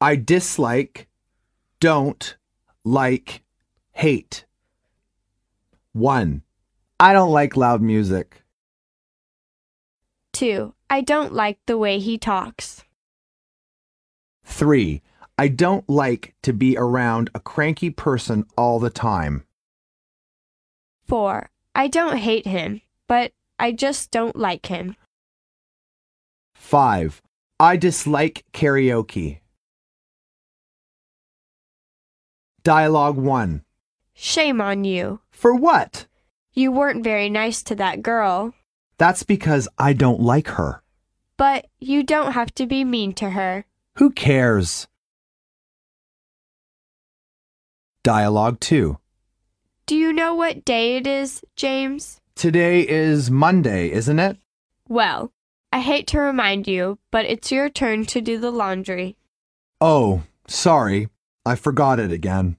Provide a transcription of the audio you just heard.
I dislike, don't like, hate. One, I don't like loud music. 2. I don't like the way he talks. Three, I don't like to be around a cranky person all the time. 4. I don't hate him, but I just don't like him. Five, I dislike karaoke. Dialogue one, Shame on you. for what? You weren't very nice to that girl, That's because I don't like her. but you don't have to be mean to her. Who cares? Dialogue 2. Do you know what day it is, James? Today is Monday, isn't it? Well, I hate to remind you, but it's your turn to do the laundry. Oh, sorry. I forgot it again.